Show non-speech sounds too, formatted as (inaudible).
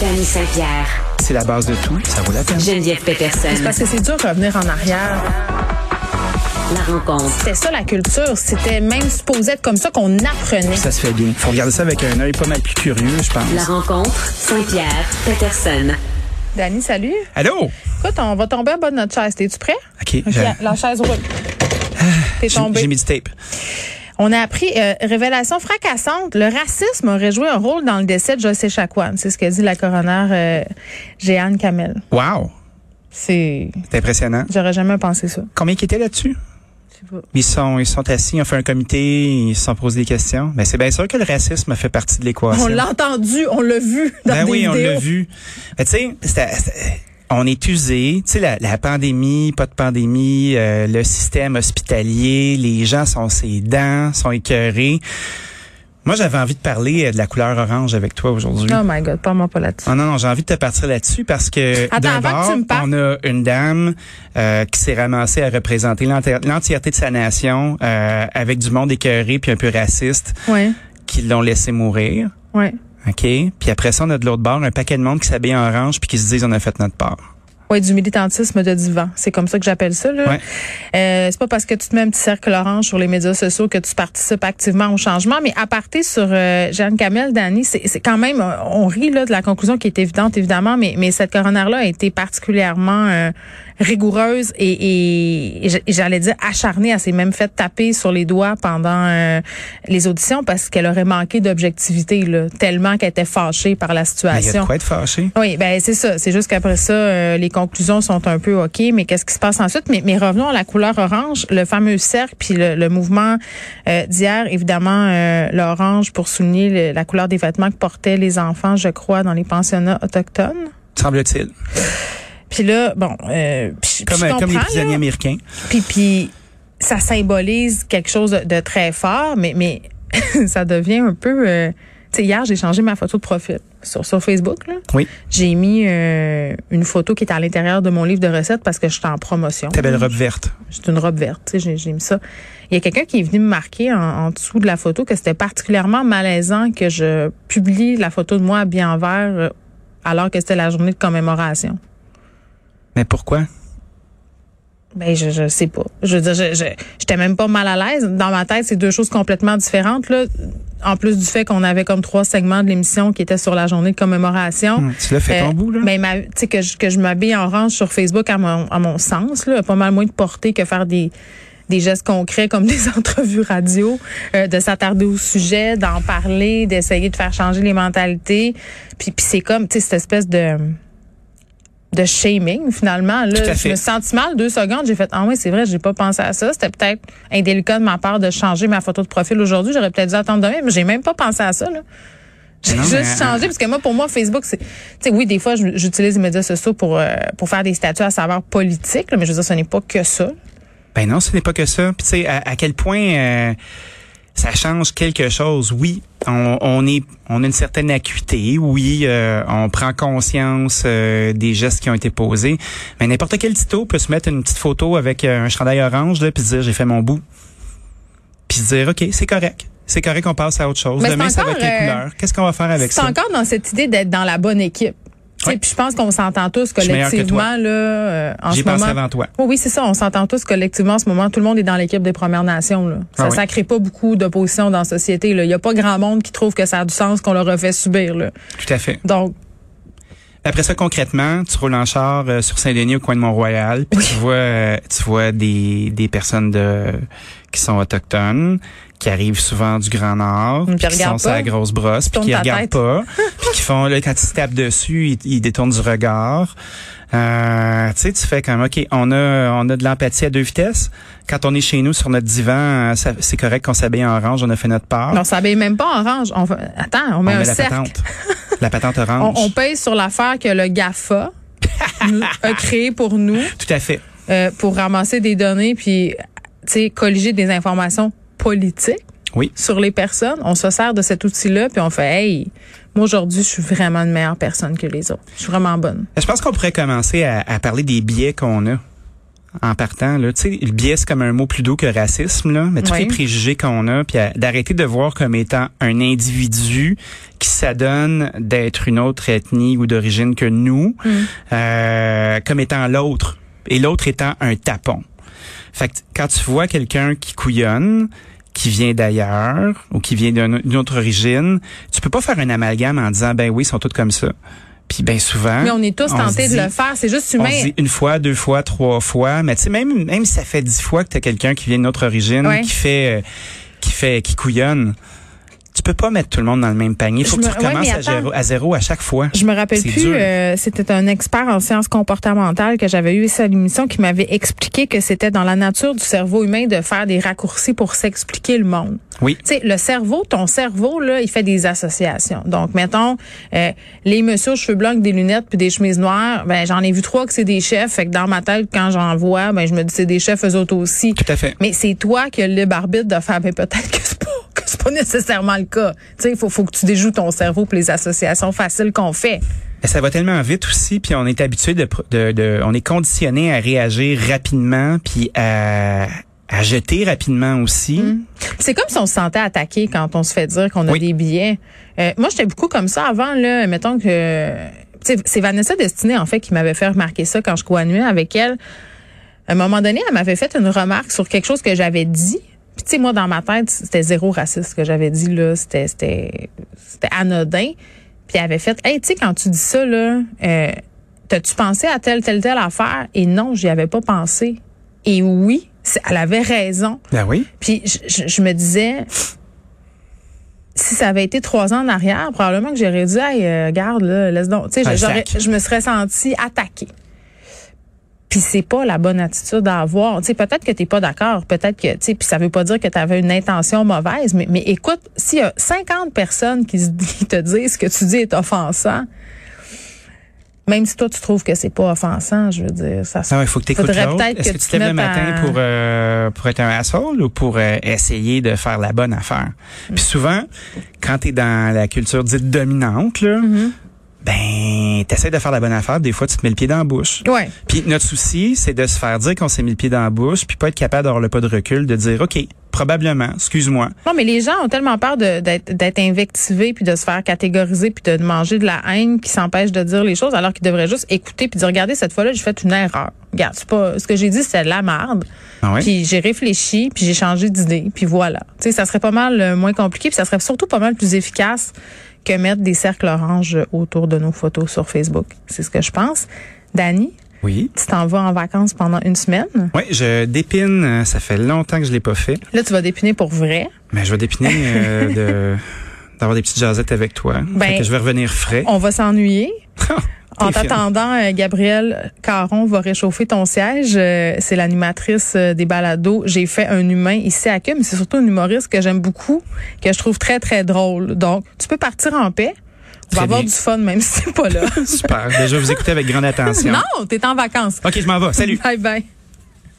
Danny Saint-Pierre, C'est la base de tout. Ça vaut la peine. Geneviève C'est Peterson. Parce que c'est dur de revenir en arrière. La rencontre. C'était ça la culture. C'était même supposé être comme ça qu'on apprenait. Ça se fait bien. Faut regarder ça avec un œil pas mal plus curieux, je La pense. rencontre. Saint-Pierre, Peterson. Dani, salut. Allô? Écoute, on va tomber en bas de notre chaise. T'es-tu prêt? OK. Ok, j'ai- La, la chaise roule. T'es Ah, j'ai- tombé. J'ai mis du tape. On a appris, euh, révélation fracassante, le racisme aurait joué un rôle dans le décès de José Chacouane. C'est ce que dit la coroner euh, Jeanne Kamel. Wow! C'est... C'est impressionnant. J'aurais jamais pensé ça. Combien qui étaient là-dessus? Je sais pas. Ils sont, ils sont assis, ils ont fait un comité, ils se sont posés des questions. Mais c'est bien sûr que le racisme fait partie de l'équation. On l'a entendu, on l'a vu dans Ben des oui, on vidéos. l'a vu. Mais tu sais, c'était- c'était- on est usé. Tu sais, la, la pandémie, pas de pandémie, euh, le système hospitalier, les gens sont ses dents, sont écœurés. Moi, j'avais envie de parler euh, de la couleur orange avec toi aujourd'hui. Oh my God, pas moi pas là-dessus. Oh non, non, j'ai envie de te partir là-dessus parce que Attends, d'un avant que bord, tu me parles. on a une dame euh, qui s'est ramassée à représenter l'enti- l'entièreté de sa nation euh, avec du monde écœuré puis un peu raciste Oui, qui l'ont laissé mourir. oui. OK? Puis après ça, on a de l'autre bord un paquet de monde qui s'habille en orange puis qui se disent on a fait notre part. Oui, du militantisme de divan. C'est comme ça que j'appelle ça. Là. Ouais. Euh, c'est pas parce que tu te mets un petit cercle orange sur les médias sociaux que tu participes activement au changement. Mais à partir sur euh, Jeanne Camel, Dani, c'est c'est quand même, euh, on rit là, de la conclusion qui est évidente, évidemment, mais, mais cette coroner-là a été particulièrement euh, rigoureuse et, et- et j- et j'allais dire acharnée. Elle s'est même fait taper sur les doigts pendant euh, les auditions parce qu'elle aurait manqué d'objectivité, là, tellement qu'elle était fâchée par la Mais Il y a situation. de quoi être fâché. Oui, ben c'est ça. C'est juste qu'après ça, euh, les conclusions sont un peu OK, mais qu'est-ce qui se passe ensuite? Mais, mais revenons à la couleur orange, le fameux cercle, puis le, le mouvement euh, d'hier, évidemment, euh, l'orange pour souligner le- la couleur des vêtements que portaient les enfants, je crois, dans les pensionnats autochtones. Semble-t-il. Puis là, bon, euh, puis- puis Comme, je euh, comme les comprends, prisonniers là. américains. Puis, puis ça symbolise quelque chose de, de très fort, mais, mais (laughs) ça devient un peu... euh, tu sais, hier, j'ai changé ma photo de profil sur, sur Facebook. Là. Oui. J'ai mis euh, une photo qui est à l'intérieur de mon livre de recettes parce que je suis en promotion. Ta belle robe verte. C'est une robe verte, tu sais, j'ai- j'ai mis ça. Il y a quelqu'un qui est venu me marquer en, en dessous de la photo que c'était particulièrement malaisant que je publie la photo de moi habillée en vert euh, alors que c'était la journée de commémoration. Mais pourquoi? Ben, je, je sais pas. Je veux dire, je, je, j'étais même pas mal à l'aise. Dans ma tête, c'est deux choses complètement différentes, là. En plus du fait qu'on avait comme trois segments de l'émission qui étaient sur la journée de commémoration. Hum, Tu l'as fait ton Euh, bout, là? ben, ma- tu sais, que je, que je m'habille en orange sur Facebook à mon, à mon sens, là, a pas mal moins de portée que faire des, des gestes concrets comme des (laughs) entrevues radio, euh, de s'attarder au sujet, d'en parler, d'essayer de faire changer les mentalités. Puis, puis c'est comme, tu sais, cette espèce de de shaming finalement Tout à là je fait. me suis sentie mal deux secondes j'ai fait ah oui c'est vrai j'ai pas pensé à ça c'était peut-être indélicat de ma part de changer ma photo de profil aujourd'hui j'aurais peut-être dû attendre demain mais j'ai même pas pensé à ça là j'ai Non, juste mais- euh, changé parce que moi pour moi Facebook c'est tu sais oui des fois je- j'utilise les médias sociaux pour euh, pour faire des statuts à savoir politique là, mais je veux dire ce n'est pas que ça. Ben non, ce n'est pas que ça. Puis tu sais, à, à quel point euh, ça change quelque chose. Oui, on, on est, on a une certaine acuité. Oui, euh, on prend conscience euh, des gestes qui ont été posés. Mais n'importe quel tito peut se mettre une petite photo avec euh, un chandail orange là, puis se dire j'ai fait mon bout. Puis se dire ok, c'est correct, c'est correct, on passe à autre chose. Mais c'est Demain, ça va être encore, les euh, couleurs. Qu'est-ce qu'on va faire avec C'est ça encore dans cette idée d'être dans la bonne équipe. Tu sais, Oui. Puis je pense qu'on s'entend tous suis meilleur que toi. collectivement là euh, en J'ai ce pensé moment. avant toi. Oui, oui, c'est ça. On s'entend tous collectivement en ce moment. Tout le monde est dans l'équipe des Premières Nations. Là. Ça Ah ne oui. crée pas beaucoup d'opposition dans la société. là. Il n'y a pas grand monde qui trouve que ça a du sens qu'on leur a fait subir. Là. Tout à fait. Donc, Après ça, concrètement, tu roules en char euh, sur Saint-Denis au coin de Mont-Royal, puis tu vois, euh, tu vois des, des personnes de qui sont autochtones, qui arrivent souvent du Grand Nord, Puis puis qui sont regardent pas. sa grosse brosse, puis Tourne qui ta regardent tête. (laughs) pas, puis qui font là quand ils se tapent dessus, ils, ils détournent du regard. Euh, tu sais, tu fais comme ok, on a on a de l'empathie à deux vitesses. Quand on est chez nous sur notre divan, euh, ça- c'est correct qu'on s'habille en orange, on a fait notre part. on s'habille même pas orange. On, va- attends, on Ah. on met un met la cercle. patente, la patente orange. (laughs) On, on paye sur l'affaire que le GAFA (laughs) nous- a créée pour nous Tout à fait. euh, pour ramasser des données puis tu sais colliger des informations politiques Oui. sur les personnes. On se sert de cet outil-là puis on fait hey, moi aujourd'hui je suis vraiment une meilleure personne que les autres. Je suis vraiment bonne. Je pense qu'on pourrait commencer à, à parler des biais qu'on a. en partant. Là. Tu sais, le biais, c'est comme un mot plus doux que racisme, là, mais tous Oui. les préjugés qu'on a, puis à- d'arrêter de voir comme étant un individu qui s'adonne d'être une autre ethnie ou d'origine que nous, euh, comme étant l'autre, et l'autre étant un tapon. Fait que quand tu vois quelqu'un qui couillonne, qui vient d'ailleurs ou qui vient d'un- d'une autre origine, tu peux pas faire un amalgame en disant ben oui, ils sont tous comme ça. Puis ben souvent Mais on est tous on se tentés de dit- le faire. C'est juste on humain. se dit une fois, deux fois, trois fois, mais tu sais même même si ça fait dix fois que t'as quelqu'un qui vient d'une autre origine Ouais. qui fait euh, qui fait qui couillonne, tu peux pas mettre tout le monde dans le même panier. Faut Je que me- tu recommences ouais, mais à, zéro, attends. à zéro à chaque fois. Je me rappelle C'est plus, dur. euh, c'était un expert en sciences comportementales que j'avais eu ici à l'émission qui m'avait expliqué que c'était dans la nature du cerveau humain de faire des raccourcis pour s'expliquer le monde. Oui. Tu sais, le cerveau, ton cerveau, là, il fait des associations. Donc, mettons, euh, les messieurs aux cheveux blancs avec des lunettes puis des chemises noires, ben j'en ai vu trois que c'est des chefs. Fait que dans ma tête, quand j'en vois, ben je me dis c'est des chefs, eux autres aussi. Tout à fait. Mais c'est toi qui as le libre arbitre de faire, ben peut-être que c'est pas, que c'est pas nécessairement le cas. Tu sais, il faut, faut que tu déjoues ton cerveau pour les associations faciles qu'on fait. Mais ça va tellement vite aussi, puis on est habitué de, pr- de, de- on est conditionné à réagir rapidement, puis à, à jeter rapidement aussi. Mm. C'est comme si on se sentait attaqué quand on se fait dire qu'on a Oui. des billets. Euh, moi, j'étais beaucoup comme ça avant, là. Mettons que. tu sais, C'est Vanessa Destinée, en fait, qui m'avait fait remarquer ça quand je co-animais avec elle. À un moment donné, elle m'avait fait une remarque sur quelque chose que j'avais dit. Puis, tu sais, moi, dans ma tête, c'était zéro raciste ce que j'avais dit, là. C'était, c'était, c'était anodin. Puis, elle avait fait, hey, tu sais, quand tu dis ça, là, euh, t'as-tu pensé à telle, telle, telle affaire? Et non, j'y avais pas pensé. Et oui, c'est- elle avait raison. Ben oui. Puis je, je- je me disais, si ça avait été trois ans en arrière, probablement que j'aurais dit, hey, euh, regarde, là, laisse donc. Tu sais, Ah, j'aurais- sac. je me serais sentie attaquée. Puis c'est pas la bonne attitude à avoir. Tu sais, peut-être que t'es pas d'accord, peut-être que, tu sais, puis ça veut pas dire que tu avais une intention mauvaise, mais, mais écoute, s'il y a 50 personnes qui, se- (laughs) qui te disent ce que tu dis est offensant, même si toi tu trouves que c'est pas offensant, je veux dire, ça se Ça, il faut que tu écoutes Faudrait l'autre. peut-être Est-ce que que, tu tu te lèves le mettes matin à- pour euh, pour être un asshole ou pour euh, essayer de faire la bonne affaire? Mm. Puis souvent, quand tu es dans la culture dite dominante, là, Mm-hmm. ben t'essaies de faire la bonne affaire, des fois tu te mets le pied dans la bouche. Ouais. Puis notre souci, c'est de se faire dire qu'on s'est mis le pied dans la bouche, puis pas être capable d'avoir le pas de recul, de dire OK, probablement, excuse-moi. Non, mais les gens ont tellement peur de- d'être d'être invectivés, puis de se faire catégoriser, puis de manger de la haine, qui s'empêchent de dire les choses, alors qu'ils devraient juste écouter, puis dire, regardez, cette fois-là, j'ai fait une erreur. Regarde, c'est pas, ce que j'ai dit, c'était de la merde. Ah ouais? Puis j'ai réfléchi, puis j'ai changé d'idée, puis voilà. Tu sais, ça serait pas mal euh, moins compliqué, puis ça serait surtout pas mal plus efficace que mettre des cercles oranges autour de nos photos sur Facebook. C'est ce que je pense. Dani, Oui. tu t'en vas en vacances pendant une semaine. Oui, je dépine. euh, Ça fait longtemps que je l'ai pas fait. Là, tu vas dépiner pour vrai. Mais je vais dépiner (laughs) euh, de d'avoir des petites jasettes avec toi. Ben, Fait que je vais revenir frais. On va s'ennuyer. (laughs) En T'es fine. t'attendant, euh, Gabrielle Caron va réchauffer ton siège. Euh, C'est l'animatrice euh, des balados. J'ai fait un humain ici à Cube, mais c'est surtout un humoriste que j'aime beaucoup, que je trouve très, très drôle. Donc, tu peux partir en paix. On va Très avoir bien. du fun, (laughs) même si t'es pas là. Ben, Super. Déjà, vous écoutez avec grande attention. non, t'es en vacances. OK, je m'en vais. Salut. Bye bye.